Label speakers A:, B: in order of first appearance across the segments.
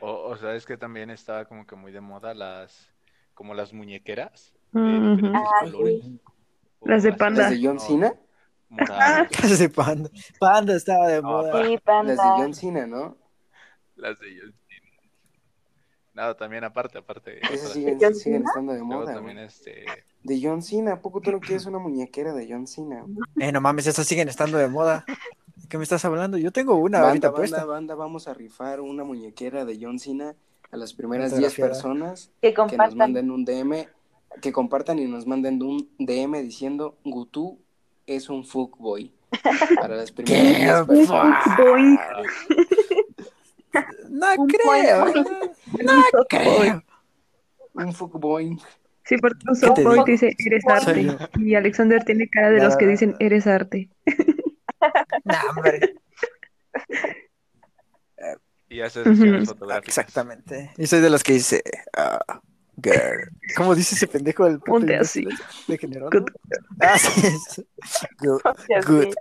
A: o sea, es que también estaba como que muy de moda las, como las muñequeras de
B: Ujú.
A: diferentes
C: Ah, sí.
A: colores. O
B: Las de
A: así,
B: panda.
D: ¿Las de John
A: no,
D: Cena?
A: moradas,
E: Sí, panda. Panda estaba de
A: No,
E: moda.
A: pa-
C: Sí,
D: Las de
C: panda.
D: John Cena, ¿no?
A: las de John Cena. No, también aparte, aparte.
D: Esas
A: otras.
D: siguen,
C: John
D: siguen
C: Cena?
D: estando de
A: Luego
D: moda.
A: también
D: güey.
A: este,
D: De John Cena, ¿a poco tú no quieres una muñequera de John Cena?
E: Eh, no mames, esas siguen estando de moda. ¿De qué me estás hablando? Yo tengo una
D: banda,
E: ahorita
D: banda,
E: puesta.
D: banda, vamos a rifar una muñequera de John Cena a las primeras
E: Vente a la
D: 10
E: fiera.
D: personas
C: Que
D: que nos
C: compartan.
D: manden un DM, que compartan y nos manden un DM diciendo Gutú es un fuckboy. Para las primeras 10
E: ¿Qué?
D: personas.
B: Boing.
E: No
C: Un
E: creo.
C: boy.
E: No creo.
D: Un fuckboy.
B: Sí, porque un
E: ¿Qué te
B: softboy
E: digo?
B: te dice eres
E: Soy
B: arte. Y Alexander tiene cara de los que
E: Nada.
B: dicen eres arte.
E: No, hombre.
A: y hace sesiones
B: Ujú. Ah,
A: fotográficas.
E: Exactamente. Y soy de los que dice. ah, girl. ¿Cómo dice ese pendejo del
B: Ponte así.
E: Degenerado.
B: Good.
E: Ah, sí, sí. Good.
C: Ponte así.
E: Good.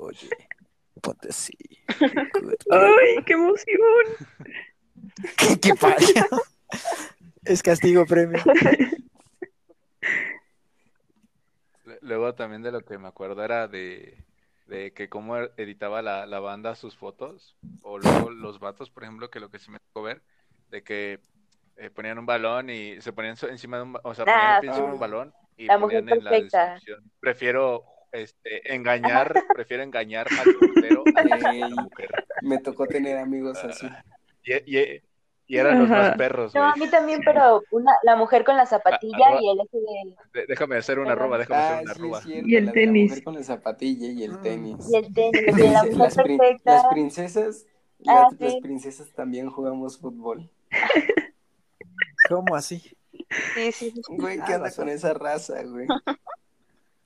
E: Oye, ponte así. Good.
B: ¡Ay, qué emoción!
E: ¿Qué, qué parió? Es castigo premio.
A: L- Luego también de lo que me acuerdo era de, de que cómo er- editaba la, la banda sus fotos, o luego los vatos, por ejemplo, que lo que sí me tocó ver, de que eh, ponían un balón y se ponían so- encima de un, ba- o sea, ponían
C: Ah,
A: el pie encima de un
D: sí.
A: balón y
C: La mujer
A: ponían en la
C: perfecta.
A: descripción, prefiero este, engañar, prefiero engañar al portero antes que a
D: Ey.
A: la mujer.
D: Me tocó tener amigos así.
A: Y, y- y eran los más
B: Ajá.
A: perros,
C: No, a
A: güey.
C: mí también, pero una, la mujer con la zapatilla
A: arroba-
C: y el ese de,
A: De- déjame hacer una
C: Perdón.
A: arroba, déjame hacer
D: Ah,
A: una
D: sí,
A: arroba.
D: es cierto.
B: Y el
D: la de la
B: tenis.
D: mujer con la zapatilla y el tenis.
C: y el tenis,
D: Las
C: de la mujer
D: prince- las, prin-
C: perfecta.
D: las princesas,
C: Ah,
D: las, las
C: sí. Ah,
D: princesas también jugamos fútbol.
E: ¿Cómo así?
C: Sí, sí, sí.
D: Güey, ¿qué
E: Ah,
D: onda
E: vas a-
D: con esa raza, güey?
B: Ah,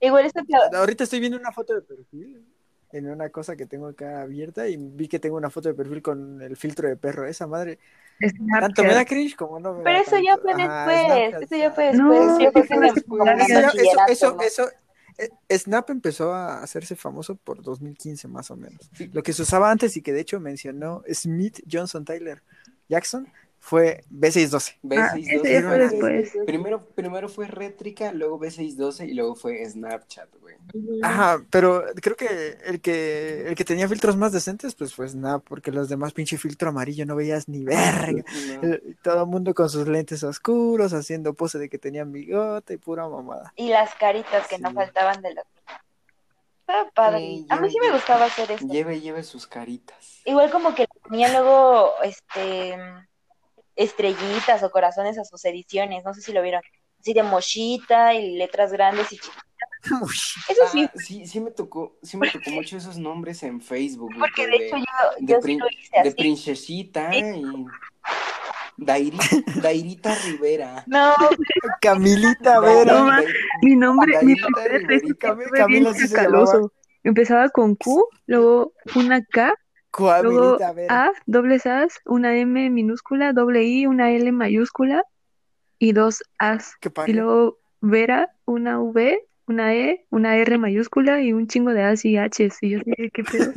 C: Igual eso que
E: Ahorita estoy viendo una foto de perfil en una cosa que tengo acá abierta y vi que tengo una foto de perfil con el filtro de perro. Esa madre. Tanto me da
B: Snapchat.
E: cringe como no me
C: Pero
E: da
C: eso ya
E: tanto.
C: fue
E: Ajá,
C: después,
E: Snapchat,
C: eso ya fue
E: ah.
C: después.
B: No,
C: Yo creo que
D: eso
C: en-
D: fue
C: como en
D: después.
E: Eso, ya- eso,
C: bachillerato,
E: eso,
C: ¿no?
E: eso- eh, Snap empezó a hacerse famoso por 2015 más o menos. Lo que se usaba antes y que de hecho mencionó Smith Johnson Tyler Jackson fue B612.
B: Ah,
D: B612.
B: ese ya fue
D: güey.
B: después.
D: Primero, primero fue Rétrica, luego B612 y luego fue Snapchat, güey.
C: Ujú.
E: Ajá, pero creo que el que el que tenía filtros más decentes pues fue Snap, porque los demás pinche filtro amarillo no veías ni verga.
D: No.
E: Eh, Todo el mundo con sus lentes oscuros, haciendo pose de que tenían bigote y pura mamada.
C: Y las caritas que no
D: Sí.
C: faltaban de la. Estaba padre.
D: Sí,
C: a mí
D: yo-
C: sí me gustaba hacer eso.
D: Lleve, lleve sus caritas.
C: Igual como que le ponía luego este estrellitas o corazones a sus ediciones, no sé si lo vieron. Así de mochita y letras grandes y chiquitas. Eso sí,
D: Ah, sí, sí me tocó, sí me tocó mucho esos nombres en Facebook. güey,
C: porque
D: que
C: de hecho yo,
D: de
C: yo sí
D: prin-
C: lo hice
D: de
C: así.
D: princesita y Dairi- Dairita Rivera.
C: No,
E: Camilita
B: No,
E: Vera.
B: ma- Mi nombre, mi
D: Camila
B: primer
D: Riverita.
B: Facebook fue bien
E: Camila sí se llamaba.
B: chacaloso. Empezaba con Q, luego una K, luego ah,
E: Ah, Camilita Vera.
B: A, dobles As, una M minúscula, doble I, una L mayúscula y dos As.
E: Qué
B: Y
E: parió.
B: luego Vera, una V, una E, una R mayúscula y un chingo de As y Hs. Y yo dije, ¿qué pedo?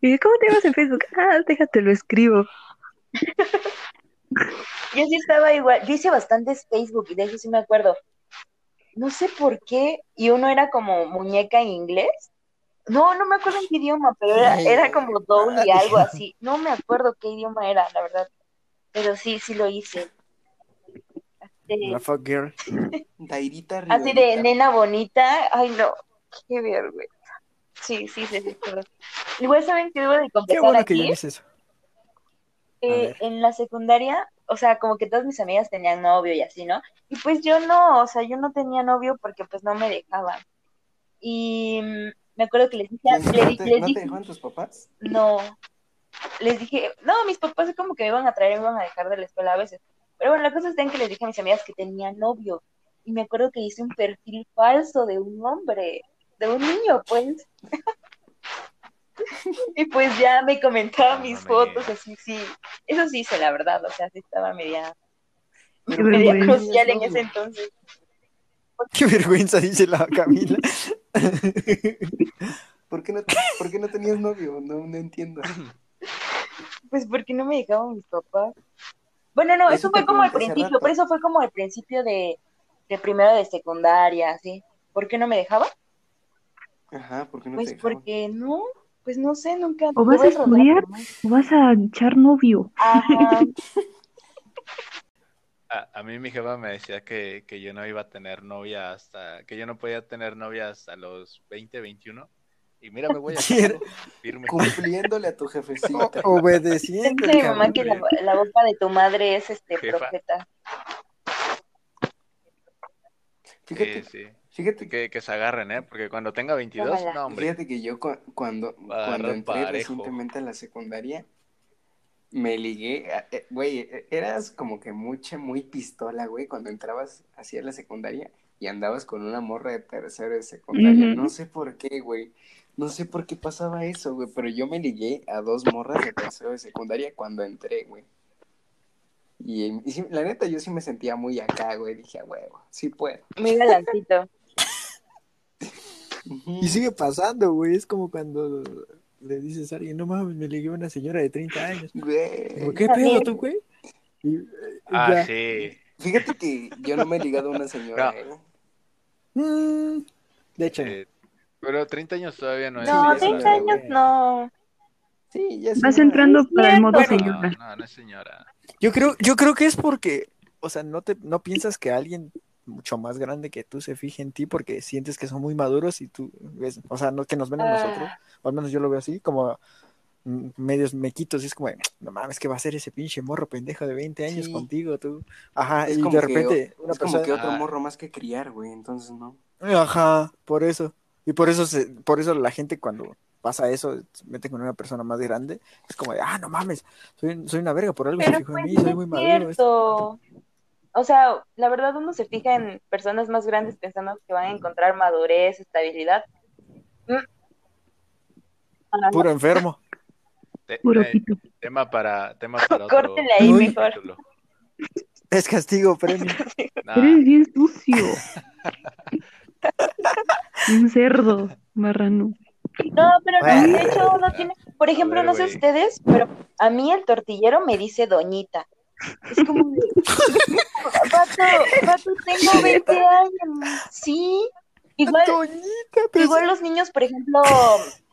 B: Y dije, ¿cómo te llamas en Facebook? Ah, déjate, lo escribo.
C: yo sí estaba igual. Yo hice bastantes Facebook y de eso sí me acuerdo. No sé por qué. Y uno era como muñeca en inglés. No, no me acuerdo en qué idioma, pero era, era como doll y algo así. No me acuerdo qué idioma era, la verdad. Pero sí, sí lo hice. Este,
E: La fuck girl.
D: Dairita Rivera.
C: Así de nena bonita. Ay, no. Qué vergüenza. Sí, sí, sí, sí. perdón. Igual saben que debo de
E: Qué
C: completar
E: bueno que yo
C: aquí.
E: no hice eso.
C: Eh,
E: ver.
C: en la secundaria, o sea, como que todas mis amigas tenían novio y así, ¿no? Y pues yo no, o sea, yo no tenía novio porque pues no me dejaban. Y mm, me acuerdo que les dije, a-
D: Pues, ¿No
C: le-
D: te,
C: les
D: no te
C: dije,
D: dejaban tus papás?
C: no. Les dije, no, mis papás como que me iban a traer, me iban a dejar de la escuela a veces. Pero bueno, la cosa está en que les dije a mis amigas que tenía novio. Y me acuerdo que hice un perfil falso de un hombre, de un niño, pues. y pues ya me comentaba
A: No
C: mis
A: mames.
C: fotos, así, sí. Eso sí hice, la verdad, o sea, sí estaba media,
B: Qué
C: media
B: vergüenza.
C: crucial en ese entonces.
E: Qué vergüenza, dice la Camila.
D: ¿Por qué no, por qué no tenías novio? No, no entiendo.
C: Pues porque no me dejaban mis papás. Bueno, no,
D: Eso
C: eso
D: te
C: fue como al
D: pregunté hace
C: principio,
D: rato.
C: pero eso fue como al principio de, de primero de secundaria, ¿sí? ¿Por qué no me dejaba?
D: Ajá, ¿por qué no
C: Pues
D: te dejaban?
C: porque no, pues no sé, nunca.
B: ¿O vas
C: tuve
B: a estudiar?
C: problemas.
B: Vas a echar novio.
C: Ajá.
A: A, a mí mi jefa me decía que, que yo no iba a tener novia hasta, que yo no podía tener novia hasta los 20, 21. Y mira, me voy a
E: Quiero-
A: firme.
D: Cumpliéndole a tu jefecita.
E: Obedeciendo.
C: Dice mi mamá
E: cabrón.
C: que la, la boca de tu madre es este
A: Jefa.
C: profeta.
A: Sí,
D: Fíjate,
A: sí.
D: fíjate,
A: Que, que se agarren, ¿eh? Porque cuando tenga 22,
C: Ojalá.
A: no, hombre.
D: fíjate que yo cu- cuando,
A: a
D: cuando
A: agarrar
D: entré
A: parejo.
D: recientemente a la secundaria, me ligué, a- eh, güey, eh, eras como que mucha, muy pistola, güey, cuando entrabas así a la secundaria y andabas con una morra de tercero de secundaria.
B: Ujú.
D: No sé por qué, güey. No sé por qué pasaba eso, güey, pero yo me ligué a dos morras de tercero de secundaria cuando entré, güey. Y, y sí, la neta, yo sí me sentía muy acá, güey. Dije, "A huevo, sí puedo.
C: Muy galancito.
D: Ujú.
E: Y sigue pasando, güey. Es como cuando le dices a alguien, no mames, me ligué a una señora de 30 años. Como,
D: Güey.
E: ¿Qué pedo tú, güey? Y, eh,
A: Ah,
E: ya.
A: sí.
D: Fíjate que yo no me he ligado a una señora,
A: No.
D: ¿eh?
E: Mm, de hecho,
A: Eh, pero 30 años todavía no es. señora,
C: No, 30
A: güey.
C: años no.
D: Sí, ya es
B: Vas
D: una-
B: entrando para el modo
A: No,
B: señora.
A: no, no es señora.
E: yo creo, yo creo que es porque, o sea, no te, no piensas que alguien mucho más grande que tú se fije en ti porque sientes que son muy maduros y tú ves, o sea, no que nos ven
D: Ah.
E: a nosotros, o al menos yo lo veo así, como mm, medios mequitos, y es como, de, no mames, ¿qué va a hacer ese pinche morro pendejo de 20 años
D: Sí.
E: contigo, tú? Ajá,
D: Es
E: y
D: como
E: de
D: que-
E: repente una
D: Es como
E: persona...
D: que otro
A: Ah.
D: morro más que criar, güey, entonces no.
E: Ajá, por eso. Y por eso se, por eso la gente cuando pasa eso, se mete con una persona más grande, es como de, ah, no mames, soy, soy una verga, por algo se
C: Pero
E: fijó en
C: pues
E: mí,
C: no
E: soy
C: es
E: muy maduro. es-
C: cierto. O sea, la verdad uno se fija en personas más grandes pensando que van a encontrar madurez, estabilidad. Mm. Ah,
E: Puro enfermo.
A: Te-
B: Puro
A: eh,
B: pito.
A: tema para, tema para otro.
C: Córtenle ahí
E: Uy.
C: mejor.
A: capítulo.
E: Es castigo premio.
A: Nah,
B: Eres bien sucio. Un cerdo marrano.
C: No, pero no, de hecho uno
A: Ah,
C: tiene, por ejemplo,
A: ver,
C: no sé
A: güey.
C: ustedes, pero a mí el tortillero me dice doñita. Es como de, vato, vato, tengo 20 años. Sí, igual,
E: Toñita, pero-
C: igual los niños, por ejemplo,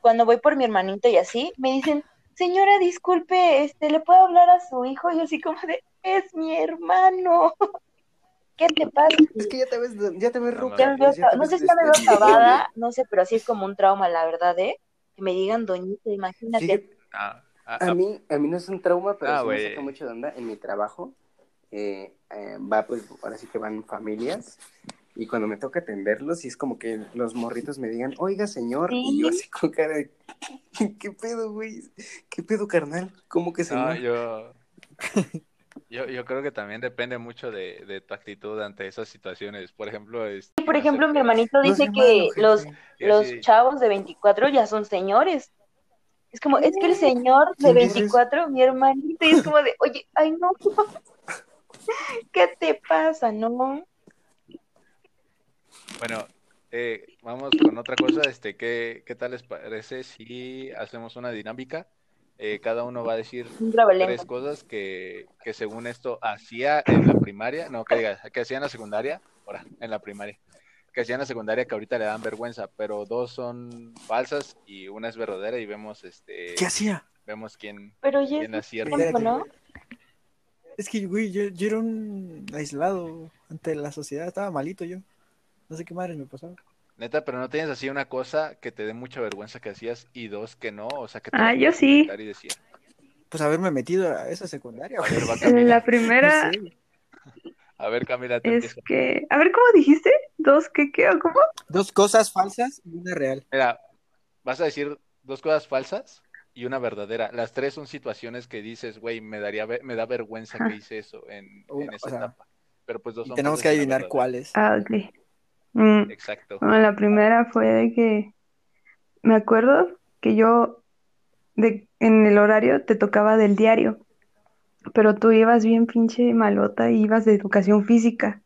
C: cuando voy por mi hermanito y así, me dicen, señora, disculpe, este, ¿le puedo hablar a su hijo? Y yo así como de, es mi hermano. ¿Qué te pasa?
D: Es que ya te ves, ya te ves ruca,
C: Ya me veo
D: pues, ya
C: ca-
D: te
C: no
D: ves
C: sé si ya me veo
D: despedida,
C: acabada, no sé, pero sí es como un trauma, la verdad, ¿eh? Que me digan doñita,
D: güey.
C: imagínate.
D: Fíjate,
A: nah, ah,
D: A mí, a mí no es un trauma, pero
A: Ah,
D: sí me
A: güey.
D: saca mucho de onda en mi trabajo. eh, eh, va, pues, ahora sí que van familias. Y cuando me toca atenderlos, y es como que los morritos me digan, oiga, señor. Y yo
C: Sí.
D: así con cara de, ¿qué pedo, güey? ¿Qué pedo, carnal? ¿Cómo que
A: No,
D: señor?
A: yo, yo, yo creo que también depende mucho de, de tu actitud ante esas situaciones. Por ejemplo, es-
C: Por ejemplo, mi
A: aceptas-
C: hermanito
D: No
C: dice
D: sea
C: que
D: malo, jefe.
C: los,
A: y
C: los
A: así,
C: chavos de 24 ya son señores. Es como, es que el señor de
D: ¿Quién dices?
C: 24, mi hermanito, y es como de, oye, ay no, ¿qué te pasa? No,
A: Bueno, eh, vamos con otra cosa. Este, ¿qué, qué tal les parece si hacemos una dinámica? Eh, cada uno va a decir
C: un trabalengo.
A: tres cosas que, que según esto hacía en la primaria, no, que diga, que hacía en la secundaria, ahora, en la primaria, que hacía en la secundaria que ahorita le dan vergüenza, pero dos son falsas y una es verdadera y vemos este,
E: ¿Qué hacía?
A: vemos quién,
C: Pero ya
A: quién
C: es
A: acierta.
C: tiempo, ¿no?
E: Es que, güey, yo, yo era un aislado ante la sociedad, estaba malito yo. No sé qué madre me pasaba.
A: Neta, pero no tienes así una cosa que te dé mucha vergüenza que hacías y dos que no, o sea que te
B: Ah,
A: vas a
B: yo sí.
A: identificar y decir,
E: Pues haberme metido a esa secundaria,
A: a
E: güey.
A: ver, va Camila,
B: La primera
E: No sé, güey.
A: a ver Camila, te
B: es
A: empiezo.
B: que. A ver, ¿cómo dijiste? ¿Dos qué qué o cómo?
E: Dos cosas falsas y una real.
A: Mira, vas a decir dos cosas falsas y una verdadera. Las tres son situaciones que dices, güey, me daría, ve- me da vergüenza que hice eso en,
E: Una,
A: en esa
E: o sea,
A: etapa. Pero pues dos
E: Y
A: son
E: tenemos
A: falsas
E: que
A: y una
E: adivinar
A: verdadera.
E: cuáles.
B: Ah, ok. Mm,
A: Exacto.
B: Bueno, la primera fue de que me acuerdo que yo de, en el horario te tocaba del diario, pero tú ibas bien pinche malota y ibas de educación física.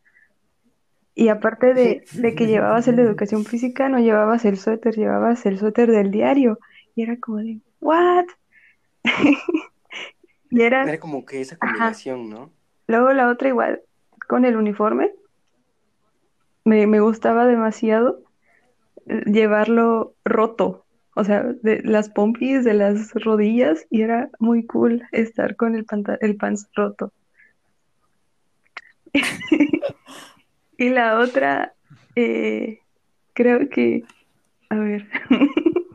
B: Y aparte de, de que llevabas el de educación física, no llevabas el suéter, llevabas el suéter del diario. Y era como de, ¿what? y era,
D: Era como que esa
B: Ajá.
D: combinación, ¿no?
B: Luego la otra igual, con el uniforme. Me, me gustaba demasiado eh, llevarlo roto, o sea, de las pompis, de las rodillas, y era muy cool estar con el, panta- el pants roto. y la otra, eh, creo que, a ver,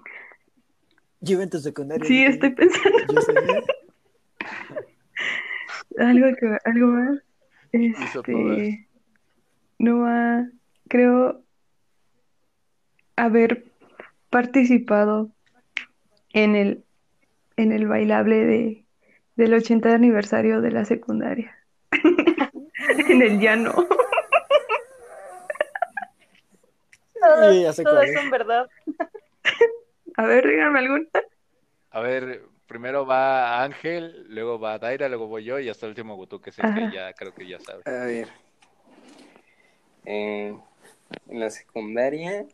E: Yo iba en tu secundaria.
B: sí,
E: dije,
B: estoy pensando
E: Yo sabía.
B: algo, que, algo más.
A: Hizo pruebas.
B: Este, no va, creo haber participado en el, en el bailable de, del 80 aniversario de la secundaria. en el llano.
E: Sí, ya sé
C: Todos, todos
E: cuál es.
C: son verdad.
B: A ver, díganme alguna.
A: A ver, primero va Ángel, luego va Daira, luego voy yo y hasta el último Gutú, que es el
B: Ajá.
A: que ya creo que ya sabe.
D: A ver. Eh, en la secundaria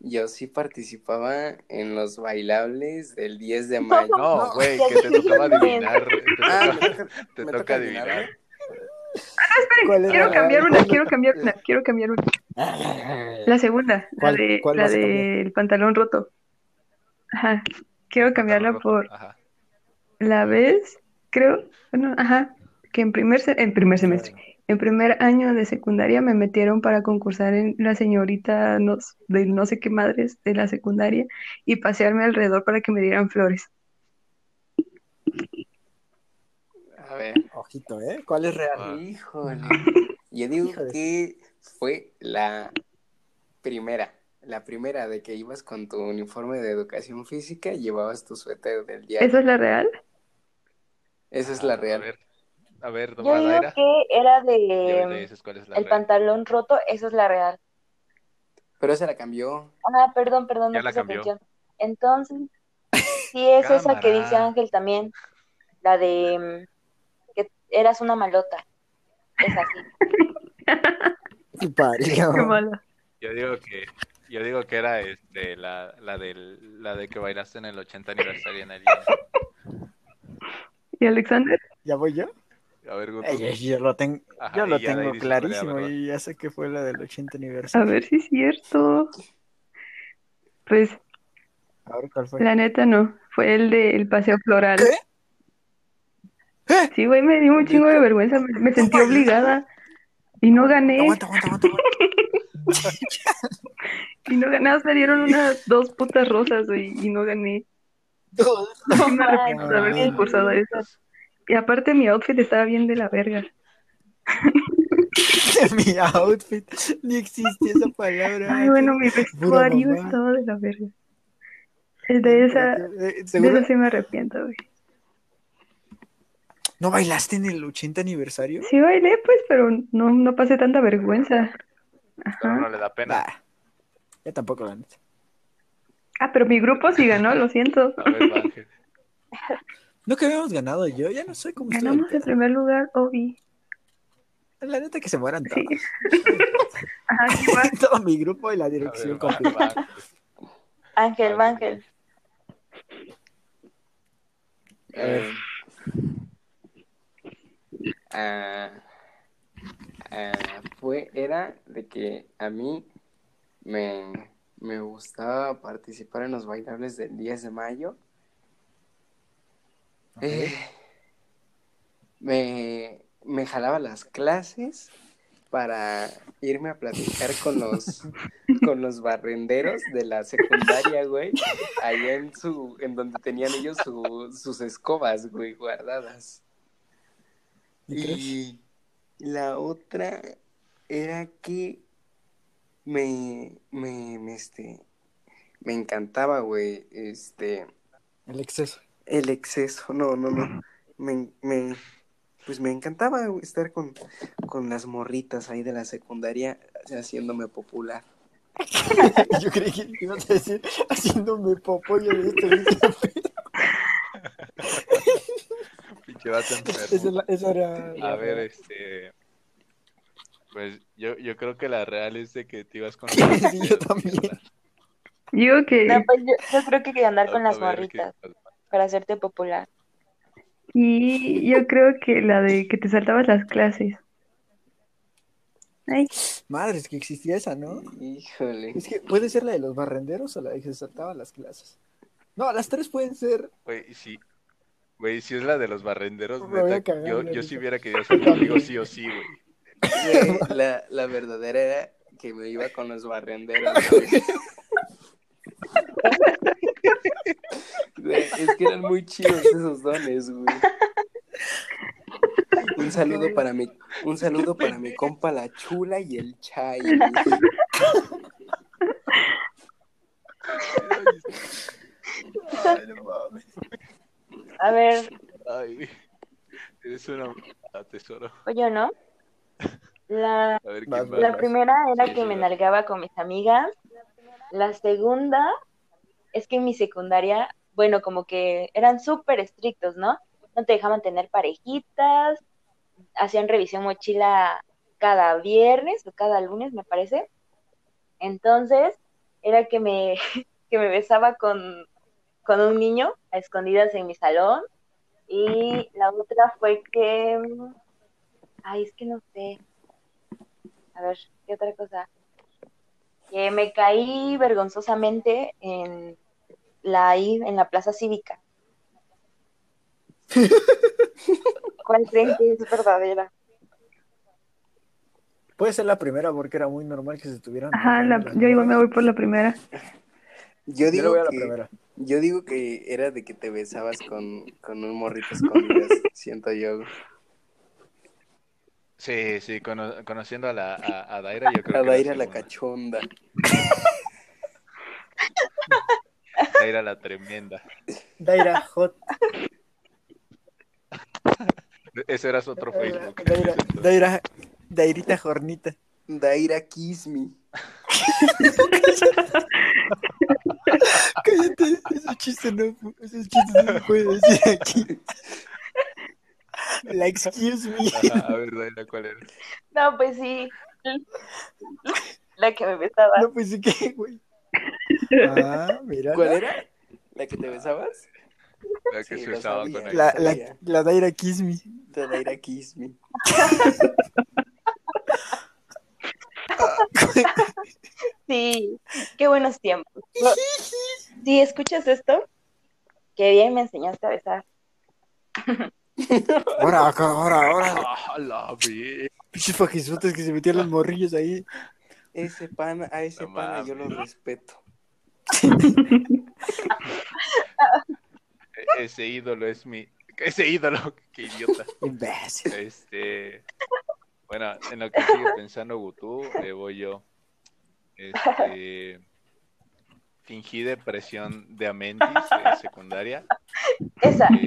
D: yo sí participaba en los bailables del 10 de mayo.
A: No, güey, que te
C: sí,
A: tocaba
C: no.
A: adivinar. Te
D: Ah,
A: toca,
D: me toca-
A: te
D: me
A: toca
D: toca adivinar,
A: adivinar.
E: ¿Cuál
B: Quiero
E: era?
B: cambiar una, quiero cambiar una, quiero cambiar una. La segunda, la
E: ¿Cuál-
B: de,
E: cuál
B: la
E: vas a
B: del
E: cambiar?
B: pantalón roto. Ajá. Quiero cambiarla por
A: Ajá.
B: la vez, creo, bueno, ajá, que en primer, se- en primer semestre, en primer año de secundaria me metieron para concursar en la señorita no, s- de no sé qué madres de la secundaria y pasearme alrededor para que me dieran flores.
D: A ver.
E: Ojito, ¿eh? ¿Cuál es real?
A: Ah.
D: Híjole. Yo digo
E: Híjole.
D: que fue la primera. La primera de que ibas con tu uniforme de educación física y llevabas tu suéter del día.
B: ¿Esa es la real?
D: Esa es la
A: Ah,
D: real.
A: A ver, a ver,
C: Yo
A: va
C: digo
A: Daira.
C: que era
A: Y ahorita
C: de
A: dices cuál es la
C: el
A: real.
C: pantalón roto, eso es la real.
D: Pero se la cambió.
C: Ah, perdón, perdón, no
A: Ya la
C: puse
A: cambió.
C: atención. Entonces, sí es esa que dice
A: Cámara.
C: Ángel también, la de mm, que eras una malota. Es así.
E: Tu pareja.
B: Qué mala.
A: Yo digo que, yo digo que era este, la, la, del, la de que bailaste en el 80 aniversario en el
B: ¿Y Alexander?
E: ¿Ya voy yo?
A: A ver, Gutu.
E: Ey, ey, yo lo, tengo
A: Ajá,
E: yo lo
A: y ya de ahí
E: tengo
A: dices cuál era,
E: clarísimo
A: ¿verdad?
E: y ya sé que fue la del 80
B: A
E: aniversario.
B: ver si es cierto. Pues
E: A ver, ¿cuál fue?
B: la neta no, fue el del paseo floral. Sí, güey, me dio un chingo de vergüenza, me, me sentí obligada y no gané.
E: Aguanta, aguanta, aguanta. aguanta.
B: Y no ganas, me dieron unas dos putas rosas, güey, y no gané. Sí me arrepiento de haber
E: manches.
B: concursado a eso. Y aparte mi outfit estaba bien de la verga.
E: Mi outfit. Ni existe esa palabra.
B: Ay, bueno, mi
E: Pura
B: vestuario
E: mamá.
B: estaba de la verga. El de esa, de
E: Eh, ¿Seguro?
B: eso sí me arrepiento, güey.
E: ¿No bailaste en el 80 aniversario?
B: Sí bailé, pues, pero no, no pasé tanta vergüenza.
A: Pero no
B: Ajá.
A: le da pena.
E: Nah. Ya tampoco la neta.
B: Ah, pero mi grupo sí ganó, lo siento.
A: A ver, va, Ángel.
E: No que habíamos ganado yo, ya no sé cómo estoy.
B: Ganamos el primer lugar, Obi.
E: La neta que se mueran todos.
B: Sí. Ajá, sí, igual.
E: Todo mi grupo y la
A: A
E: dirección
A: ver, va,
E: completa.
A: va, Ángel.
C: Ángel,
A: Ah,
C: Ángel.
E: A ver.
D: Eh, ah, ah, fue, era de que a mí me, me gustaba participar en los bailables del 10 de mayo. Eh, me, me jalaba las clases para irme a platicar con los con los barrenderos de la secundaria, güey, allá en su en donde tenían ellos su- sus escobas, güey, guardadas.
E: ¿Y crees?
D: Y la otra era que me, me, me, este, me encantaba, güey, este,
E: El exceso.
D: el exceso, no, no, no, me, me, pues me encantaba güey, estar con, con las morritas ahí de la secundaria haciéndome popular.
E: Yo creí que ibas a decir haciéndome popollo de esto.
A: Pinche vato
E: Esa,
A: enfermo.
E: la- esa era.
A: A
E: la-
A: ver, este. Pues yo, yo creo que la real es de que te ibas con.
E: Sí, yo también.
B: Digo que
C: No, pues yo, yo creo que hay que andar con
A: Ah, A
C: las
A: ver, ¿qué
C: morritas
A: pasa?
C: para hacerte popular.
B: Y yo creo que la de que te saltabas las clases. Ay,
E: Madre, es que existía esa, ¿no?
D: Híjole.
E: Es que puede ser la de los barrenderos o la de que se saltaban las clases. No, las tres pueden ser.
A: Güey, sí. Güey, si es la de los barrenderos,
E: Me voy a
A: neta,
E: cagar
A: yo,
E: de
A: yo
E: risa.
A: sí hubiera querido ser tu amigo sí o sí, güey.
D: Güey, La, la verdadera era que me iba con los barrenderos. güey. Güey, es que eran muy chidos esos dones, güey. Un saludo para mi, un saludo para mi compa la chula y el chay. güey.
A: Ay, no mames.
C: A ver,
A: Ay, güey. Eres una mala tesoro.
C: oye, ¿no? La,
A: A ver
E: Vas,
A: quién
E: vas,
A: va.
C: la primera era
A: Sí,
C: que
A: sí,
C: me
A: vas.
C: nalgaba con mis amigas. La segunda es que en mi secundaria, bueno, como que eran súper estrictos, ¿no? No te dejaban tener parejitas, hacían revisión mochila cada viernes o cada lunes, me parece. Entonces, era que me, que me besaba con, con un niño a escondidas en mi salón. Y la otra fue que... mm, Ay, es que no sé. A ver, ¿qué otra cosa? Que me caí vergonzosamente en la ahí, en la plaza cívica. ¿Cuál creen que es verdadera?
E: Puede ser la primera porque era muy normal que se tuvieran.
B: ajá, la- yo igual me voy por la primera.
D: Yo
E: Yo le
D: digo,
E: voy a la
D: que,
E: primera.
D: yo digo que era de que te besabas con, con un morrito escondido, siento yo. güey.
A: Sí, sí, cono- conociendo a, la, a, a Daira, yo creo
D: A
A: que.
D: Daira la
A: segunda.
D: cachonda.
A: Daira la tremenda.
E: Daira Hot.
A: Ese era su otro Facebook.
E: Daira, Daira, Dairita Jornita.
D: Daira Kiss Me.
E: Cállate, ese chiste no, ese chiste no se puede decir aquí. La excuse me.
A: Ajá, a ver, Daira, ¿cuál era?
C: No, pues sí. La que me besaba.
E: No pensé que, güey. Ah, mira.
D: ¿Cuál era? ¿La que te besabas?
A: La que
D: Sí,
A: se
D: lo
A: usaba
D: sabía.
A: con él.
E: La, la, la Daira Kiss Me.
D: De Daira Kiss Me.
C: Sí, qué buenos tiempos. No, Si escuchas esto, qué bien me enseñaste a besar.
E: Ahora, acá, ahora, ahora.
A: Ah, la vi.
E: Pinches fajizotes que se metían los morrillos ahí.
D: Ese pana, a ese
A: No
D: pana yo lo
A: mames.
D: respeto.
A: E- Ese ídolo es mi. Ese ídolo, qué idiota.
E: Imbécil.
A: Este. Bueno, en lo que sigue pensando Gutú, le voy yo. Este. Fingí depresión de Amentis en secundaria.
C: Esa,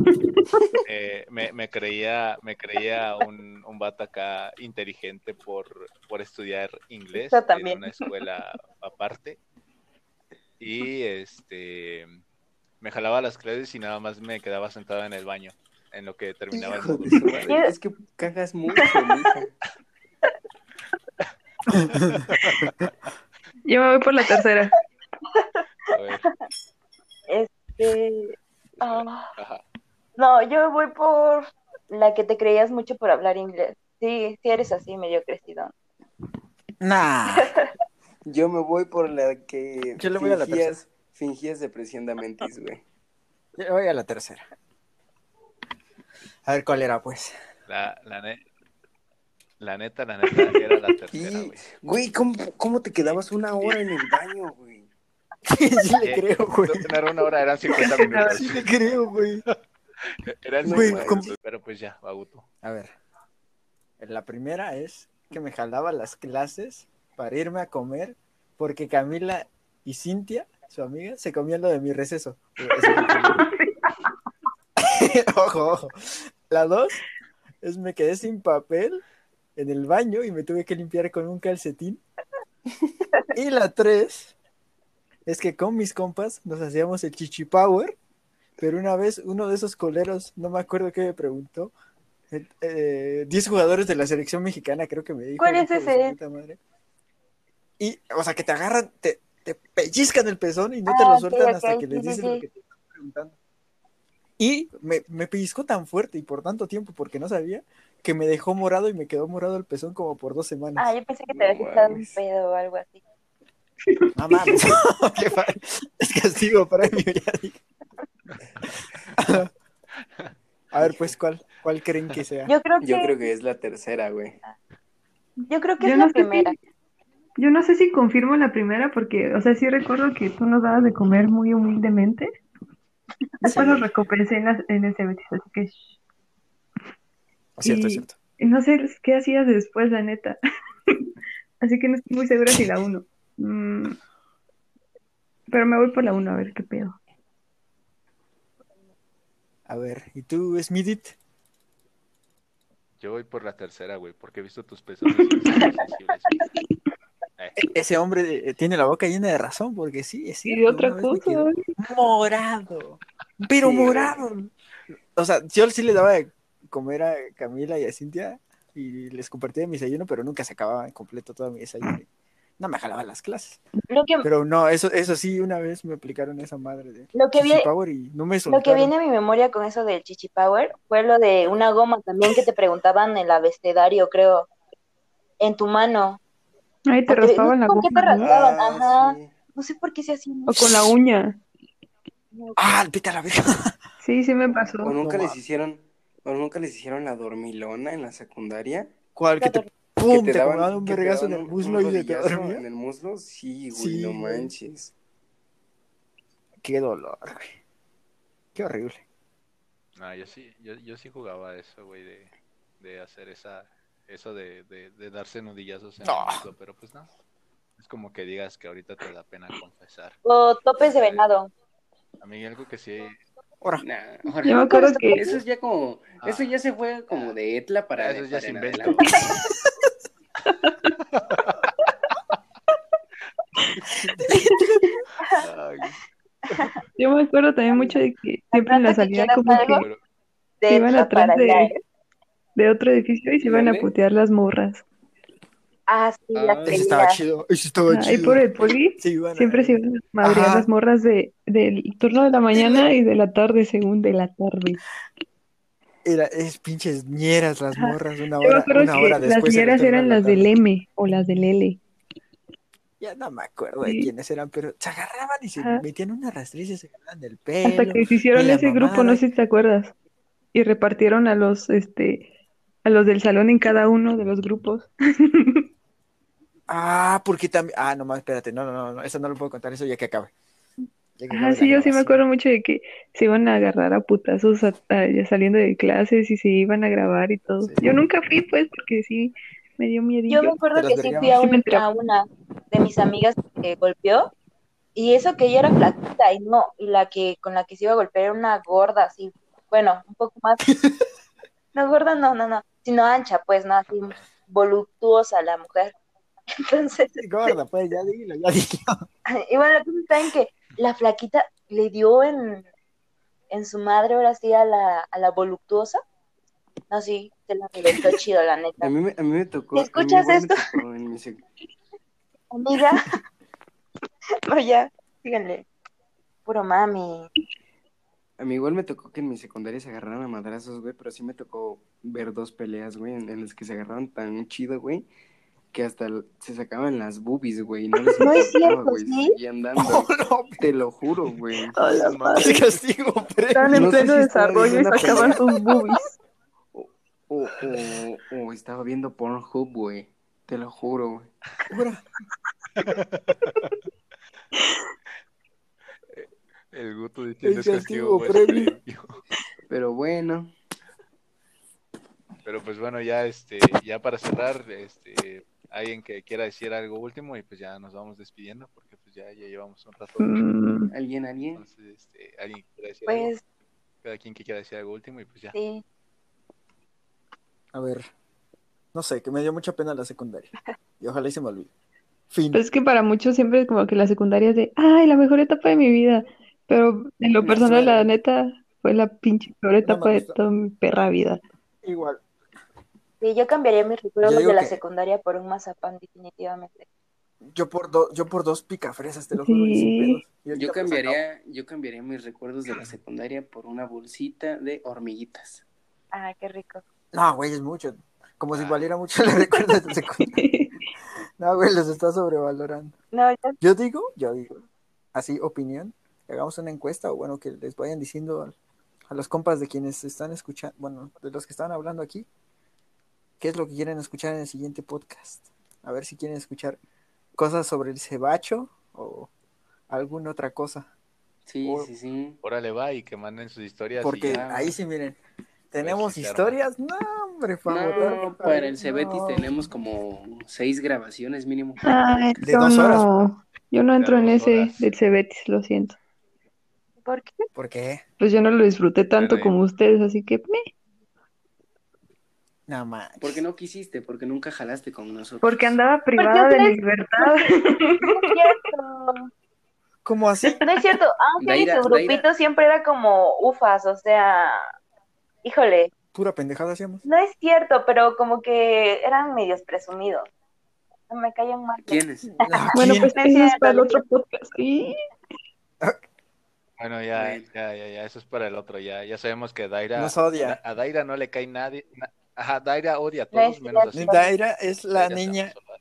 A: Eh, eh, me, me creía, me creía un, un vato acá inteligente por, por estudiar inglés
C: Yo
A: en
C: también.
A: una escuela aparte. Y este me jalaba las clases y nada más me quedaba sentado en el baño, en lo que terminaba el
D: Hijo de
A: módulo.
D: su madre, Es que cagas mucho, mija.
B: Yo me voy por la tercera.
A: A ver,
C: este. ah.
A: ajá.
C: No, yo voy por la que te creías mucho por hablar inglés. Sí, sí eres así, medio crecido.
E: Nah.
D: Yo me voy por la que
E: Yo le voy a la
D: fingías, fingías depresión de mentis, güey.
E: Yo voy a la tercera. A ver cuál era, pues.
A: La, la, ne- la neta, la neta, era la tercera,
D: Y-
A: güey.
D: Güey, ¿cómo, cómo te quedabas una hora en el baño, güey?
E: Sí le
A: Eh,
E: creo, güey.
A: No era una hora, eran 50 minutos.
E: Sí le creo, güey.
A: Eran
E: Güey,
A: 50
E: ¿cómo?
A: minutos, Pero pues ya, va Guto.
E: A ver. La primera es que me jalaba las clases para irme a comer porque Camila y Cintia, su amiga, se comían lo de mi receso. ojo, ojo. La dos es me quedé sin papel en el baño y me tuve que limpiar con un calcetín. Y la tres es que con mis compas nos hacíamos el chichi power, pero una vez uno de esos coleros, no me acuerdo qué me preguntó, eh, eh, 10 jugadores de la selección mexicana, creo que me dijo.
C: ¿Cuál es
E: hijo de su
C: ese?
E: puta madre. Y, o sea, que te agarran, te, te pellizcan el pezón y no te
C: Ah,
E: lo
C: ok,
E: sueltan
C: ok,
E: hasta que les
C: sí, sí,
E: dices lo
C: sí.
E: que te están preguntando. Y me, me pellizcó tan fuerte y por tanto tiempo porque no sabía que me dejó morado y me quedó morado el pezón como por dos semanas.
C: Ah, yo pensé que te
D: No
C: habías echado un
D: mames.
C: pedo o algo así.
E: No mames. Qué fa- es castigo para mí. ya dije. A ver, pues, ¿cuál, cuál creen que sea?
C: Yo creo que,
D: Yo creo que es la tercera, güey.
B: Yo
C: es la
B: no sé si-
C: primera.
B: Yo no sé si confirmo la primera porque, o sea, sí recuerdo que tú nos dabas de comer muy humildemente. Después los recompensé en, las- en el ceviche, así que shh.
E: Ah, cierto,
B: y-
E: cierto.
B: no sé qué hacías después, la neta. así que no estoy muy segura si la uno. Mm. Pero me voy por la uno a ver qué pedo.
E: A ver, ¿y tú, Smidit?
A: Yo voy por la tercera, güey, porque he visto tus pezones. y son sensibles, güey.
E: E- Ese hombre eh, tiene la boca llena de razón, porque sí, es
B: Y
E: cierto.
B: de otra
E: una vez me
B: cosa,
E: quedó
B: güey.
E: Morado. Pero
D: Sí, güey.
E: morado. O sea, yo sí le daba de comer a Camila y a Cintia y les compartía mi desayuno, pero nunca se acababa en completo todo mi desayuno. No me jalaba las clases.
C: Lo que,
E: Pero no, eso, eso sí, una vez me aplicaron esa madre de
C: lo que, vi-
E: Chichi Power y no me
C: lo que
E: soltaron.
C: viene a mi memoria con eso del Chichi Power fue lo de una goma también que te preguntaban en el abecedario, creo, en tu mano.
B: Ahí te
C: Porque-
B: raspaban la
C: ¿con qué te
B: goma, ¿no?
C: ras- Estaban, ajá.
D: Ah, sí.
C: No sé por qué se hacían.
B: O con la uña.
E: Ah, vete a la verga.
B: Sí, sí me pasó.
D: O nunca
E: No
D: les
E: mames.
D: hicieron, o nunca les hicieron la dormilona en la secundaria.
E: ¿Cuál? Que te, pum, te, acomodaban un
D: que te
E: vergazo en
D: daban
E: el
D: un-
E: muslo
D: un
E: y se te
D: rodillazo
E: dormía.
D: en el muslo, sí, güey,
E: Sí,
D: no
E: güey.
D: manches.
E: Qué dolor, güey. Qué horrible.
A: No, Ah, yo sí, yo, yo sí jugaba eso, güey, de, de hacer esa, eso de, de, de darse nudillazos en
E: No.
A: el muslo, pero pues no. Es como que digas que ahorita te da pena confesar.
C: O topes de venado.
A: A mí algo que sí,
E: Ahora,
D: Nah, Jorge,
B: Yo me acuerdo que
D: eso es ya como, eso ya se fue como de etla para
A: Ah, Eso ya
D: para
A: se
D: en
A: inventa.
D: adelante.
A: ay,
B: yo me acuerdo también mucho de que siempre en la
C: Aparte que
B: salida
C: quieras
B: como que
C: algo,
A: pero
C: De
B: se iban
C: etla
B: atrás
C: para
B: de,
C: allá, ¿eh?
B: de otro edificio y se iban a
D: ¿Dónde?
B: putear las morras.
C: Ah, sí, la
D: Ah,
E: ese
D: Esa
E: estaba
C: querida.
E: chido. Ese estaba
B: Ahí
E: chido.
B: por el poli
E: Se iban a-
B: siempre se iban a madrear
E: Ajá.
B: las morras de, del turno de la mañana y de la tarde, según de la tarde.
E: Era, es pinches ñeras las morras, una
B: Yo me
E: hora,
B: acuerdo
E: una hora
B: que las
E: después. se
B: ñeras
E: retornan
B: eran
E: a la
B: las del
E: tarde.
B: M o las del L.
E: Ya no me acuerdo de
B: Sí.
E: quiénes eran, pero se agarraban y se
B: Ajá.
E: metían una rastriz y se agarraban del pelo.
B: Hasta que se hicieron
E: y la
B: ese grupo,
E: mamada.
B: no sé si te acuerdas. Y repartieron a los, este, a los del salón en cada uno de los grupos.
E: Ah, porque también. Ah, no más, espérate. No, no, no, no, eso no lo puedo contar, eso ya que acabe. Ya que
B: Ah,
E: acabe
B: sí, yo sí
E: la
B: me
E: grabación.
B: acuerdo mucho de que se iban a agarrar a putazos a- a- ya saliendo de clases y se iban a grabar y todo.
E: Sí.
B: Yo nunca fui, pues, porque sí me dio
C: Yo me
B: miedillo.
C: acuerdo
E: Te las
C: que sí
E: vergaba.
C: fui a,
B: Sí me
C: un-
B: enteré.
C: a una de mis amigas que golpeó, y eso que ella era flaquita, y no, y la que con la que se iba a golpear era una gorda, así, bueno, un poco más, no gorda, no, no, no, sino ancha, pues, no, así, voluptuosa la mujer. Entonces,
E: Gorda, pues ya dilo, ya dilo.
C: y bueno, la cosa está en que la flaquita le dio en, en su madre, ahora sí, a la, a la voluptuosa, no, sí, se la reventó chido, la neta.
D: A mí, me- a mí me tocó.
C: ¿Me escuchas
D: a mí igual
C: esto?
D: me tocó en mi sec-
C: Amiga. No, ya, síganle. Puro mami.
D: a mí igual me tocó que en mi secundaria se agarraron a madrazos, güey, pero sí me tocó ver dos peleas, güey, en, en las que se agarraron tan chido, güey, que hasta l- se sacaban las boobies, güey. No, les
C: No es
D: importaba,
C: cierto,
D: güey,
C: ¿sí?
D: seguían dando.
E: no,
D: Te lo juro, güey.
B: A la madre.
E: ese castigo, pero.
B: Estaban en
D: No sé
B: pleno
D: si estaba
B: desarrollo y
D: viendo una
B: sacaban sus boobies.
D: O, o, o estaba viendo Pornhub, güey. Te lo juro, güey.
E: Ahora,
A: el gusto diciendo
E: El
A: es castigo,
E: castigo
A: güey, es
E: previo.
A: previo.
D: Pero bueno.
A: Pero pues bueno, ya este, ya para cerrar, este, alguien que quiera decir algo último y pues ya nos vamos despidiendo porque pues ya, ya llevamos un rato.
B: Mm,
D: ¿Alguien, alguien?
A: Entonces, este, alguien que quiera decir algo,
C: Pues
A: cada quien que quiera decir algo último y pues ya.
C: sí.
E: A ver. No sé, que me dio mucha pena la secundaria. Y ojalá y se me olvide. Fin.
B: Pues es que para muchos siempre es como que la secundaria es de, ay, la mejor etapa de mi vida. Pero en lo
D: No,
B: personal,
E: claro.
B: la neta, fue la pinche peor etapa de
E: gustó.
B: toda mi perra vida.
E: Igual.
C: Sí, yo cambiaría mis recuerdos
E: Yo digo
C: de la
E: que-
C: secundaria por un mazapán, definitivamente.
E: Yo por, do- yo por dos picafresas, te lo
B: Sí.
E: juro. y sin pedos. Y ahorita
D: Yo
E: me saca-
D: cambiaría, yo cambiaría mis recuerdos de la secundaria por una bolsita de hormiguitas.
C: Ah, qué rico.
E: No, güey, es mucho. Como
D: Ah.
E: si valiera mucho el recuerdo de tu secundaria. No, güey, los está sobrevalorando.
C: No, yo-
E: Yo digo, yo digo, así, opinión, que hagamos una encuesta o bueno, que les vayan diciendo a, a los compas de quienes están escuchando, bueno, de los que están hablando aquí, qué es lo que quieren escuchar en el siguiente podcast. A ver si quieren escuchar cosas sobre el cebacho o alguna otra cosa.
D: Sí,
E: Oh.
D: sí, sí.
A: Órale, va y que manden sus historias. y
E: Porque
A: ya.
E: ahí sí, miren, tenemos
A: sí se arma.
E: historias. No, hombre, para votar,
D: No, para el Cebetis
E: no.
D: tenemos como seis grabaciones mínimo.
B: Ay,
E: De
B: yo
E: dos horas.
B: no. Yo no entro en
A: dos
B: ese
A: horas.
B: del Cebetis, lo siento.
C: ¿por qué?
E: ¿Por qué?
B: Pues yo no lo disfruté tanto
A: Bueno, y-
B: como ustedes, así que meh.
E: Nada más.
D: Porque no quisiste, porque nunca jalaste con nosotros.
B: Porque andaba privada de
C: ustedes-
A: Ah.
B: libertad.
C: No es cierto.
E: ¿Cómo así?
C: No es cierto. Ángel y
D: Daira,
C: su grupito
D: Daira.
C: siempre era como ufas, o sea, híjole,
E: Pura pendejada hacíamos.
C: no es cierto, pero como que eran medios presumidos. No Me callan mal.
D: ¿Quiénes?
E: No,
B: Bueno, pues
E: ¿quién?
C: No es
B: eso es
C: cierto,
B: para el
C: no es
B: otro podcast. ¿sí?
A: Bueno, ya,
D: Bueno.
A: ya, ya, ya, eso es para el otro. Ya, ya sabemos que Daira.
E: Nos odia.
A: A, a Daira no le cae nadie. na- Ajá, Daira odia a
C: No es
A: todos menos a
C: cierto.
A: sí.
E: Daira es la
A: Daira se
E: niña
A: va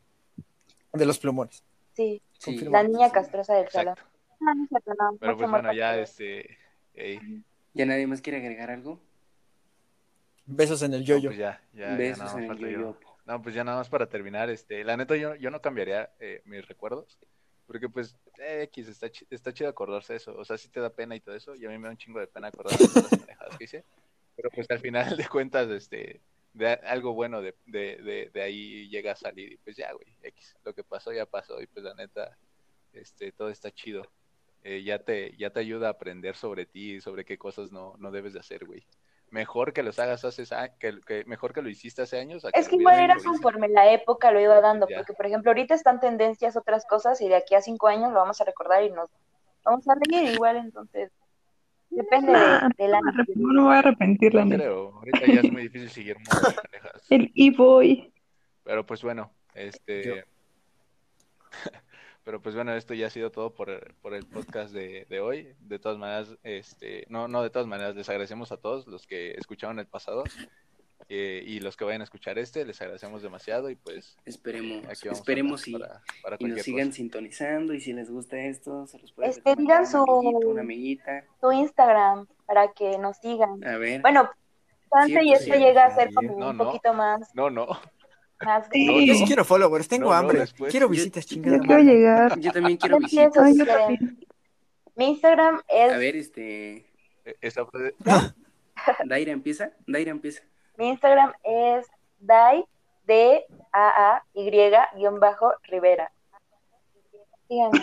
A: a
E: de los plumones.
C: Sí,
D: Sí.
E: Confirmo.
C: la niña castrosa del
A: Exacto.
C: salón. Ah, No, no es cierto, no.
A: Pero
C: mucho
A: pues
C: amor
A: bueno, ya
C: para
A: este. ey, no,
D: ¿Ya nadie más quiere agregar algo?
E: Besos en el yoyo.
A: pues ya, ya, ya
D: Besos
A: nada más
D: en el
A: falta yo.
D: yoyo.
A: No, pues ya nada más para terminar, este, la neta yo, yo no cambiaría eh, mis recuerdos, porque pues, eh, X, está, chi- está chido acordarse de eso, o sea, sí te da pena y todo eso, y a mí me da un chingo de pena acordarme de todas las pendejadas que hice, pero pues al final de cuentas, este, de a- algo bueno de, de, de, de ahí llega a salir, y pues ya, güey, X, lo que pasó ya pasó, y pues la neta, este, todo está chido, Eh, ya te, ya te ayuda a aprender sobre ti, y sobre qué cosas no, no debes de hacer, güey. Mejor que los hagas hace a- que, que- mejor que lo hiciste hace años. a
C: Es
A: lo
C: que igual
A: hubieras
C: era
A: hecho ahorita.
C: conforme la época lo iba dando,
A: Ya.
C: porque por ejemplo ahorita están tendencias otras cosas y de aquí a cinco años lo vamos a recordar y nos vamos a reír igual, entonces depende
B: Nah,
C: de, de la...
B: no me arrep- no me voy a arrepentir, la
A: No
B: neta.
A: creo, ahorita ya es muy difícil seguir modas pendejas.
B: El e-boy.
A: Pero pues bueno, este.
E: Yo.
A: Pero pues bueno, esto ya ha sido todo por, por el podcast de, de hoy. De todas maneras, este, no, no, de todas maneras, les agradecemos a todos los que escucharon el pasado eh, y los que vayan a escuchar este, les agradecemos demasiado y pues
D: Esperemos,
A: aquí vamos a
D: esperemos
A: andar para,
D: y,
A: para
D: y nos
A: cualquier
D: sigan
A: cosa.
D: sintonizando y si les gusta esto, se los pueden
C: Este,
D: recomendar
C: digan
D: a un
C: su-
D: amiguito, una amiguita.
C: Tu Instagram para que nos sigan.
D: A ver,
C: Bueno, chance y
D: Cierto,
C: esto
D: cierto,
C: llega a ser
E: sí.
C: como
A: No,
C: un
A: no.
C: poquito más,
A: No, no,
C: más
B: Sí.
C: grande.
E: Yo sí quiero followers, tengo
A: No, no,
E: hambre.
A: después.
E: Quiero
D: Yo-
E: visitas,
B: Ya
E: chingada.
B: quiero
E: madre.
B: llegar.
D: yo también quiero
C: Yo
D: visitas.
C: empiezo,
B: Ay,
C: si
B: yo
C: quieren. Mi Instagram es,
D: A ver, este,
A: e- esa frase-
E: Ah,
D: Daira empieza, Daira empieza.
C: mi Instagram es Dai D A A Y guión bajo Rivera. Síganme.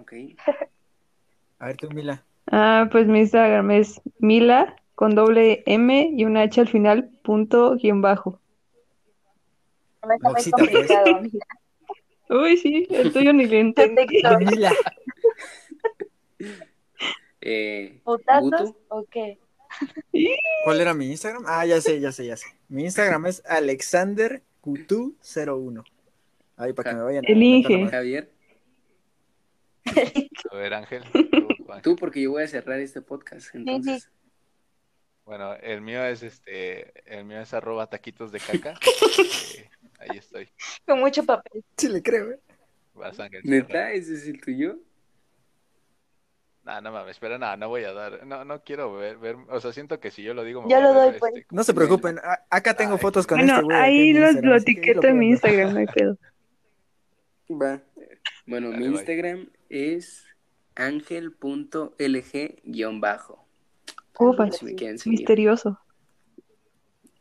D: Ok,
E: A ver tú, Mila.
B: Ah, pues mi Instagram es Mila con doble M y una H al final, punto guión bajo.
C: No está muy
E: Boxita, pues.
C: complicado.
B: Uy, sí, el tuyo ni lo entendí.
C: Perfecto.
E: Mila.
D: eh,
C: ¿Putazos
D: Gutu,
C: o qué?
E: ¿Cuál era mi Instagram? Ah, ya sé, ya sé, ya sé. Mi Instagram es alexandercutu01. Ahí para que me vayan. a
B: Elige.
E: mentar la madre.
D: Javier,
A: A ver, Ángel. tú, Ángel.
D: tú porque yo voy a cerrar este podcast, entonces.
A: Bueno, el mío es este, el mío es arroba taquitos de caca. Eh, ahí estoy.
C: Con mucho papel.
E: Sí, le creo. ¿eh?
A: Vas, Ángel.
D: ¿Neta? ¿Ese es el tuyo?
A: No, no mames, pero nada, no voy a dar, no, no quiero ver, ver, o sea, siento que si yo lo digo, me
C: Yo
A: voy a
C: lo
A: ver,
C: doy, pues.
A: este,
E: No se preocupen. a- acá tengo
A: Ay.
E: fotos con
B: Bueno,
E: este güey.
B: ahí
E: aquí en mi
B: los,
E: Instagram,
B: lo
E: así que
B: etiqueto
E: lo
B: en mi
E: pueden ver.
B: Instagram, no hay pedo.
D: Va. Bueno,
A: Dale,
D: mi
A: bye.
D: Instagram es ángel.lg-bajo.
B: Ufa,
C: Pues
D: Si me quieren seguir.
B: misterioso.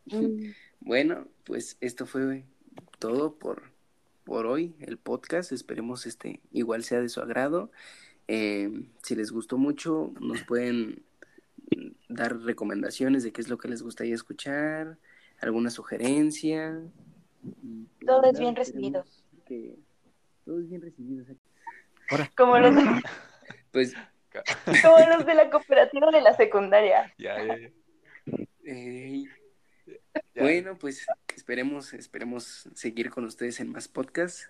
C: Mm.
D: Bueno, pues esto fue todo por, por hoy, el podcast. Esperemos este igual sea de su agrado. Eh, si les gustó mucho, nos pueden dar recomendaciones de qué es lo que les gustaría escuchar, alguna sugerencia.
C: Todo es bien recibido.
D: Queremos que- Todo es bien recibido. exacto.
C: Como los,
D: Pues
C: como los de la cooperativa de la secundaria.
A: ya, ya, ya,
D: eh,
A: ya.
D: Bueno, pues esperemos, esperemos seguir con ustedes en más podcasts.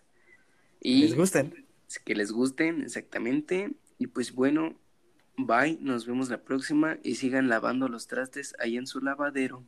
D: Y
E: les gusten.
D: que les gusten, exactamente. Y pues bueno, bye, nos vemos la próxima y sigan lavando los trastes ahí en su lavadero.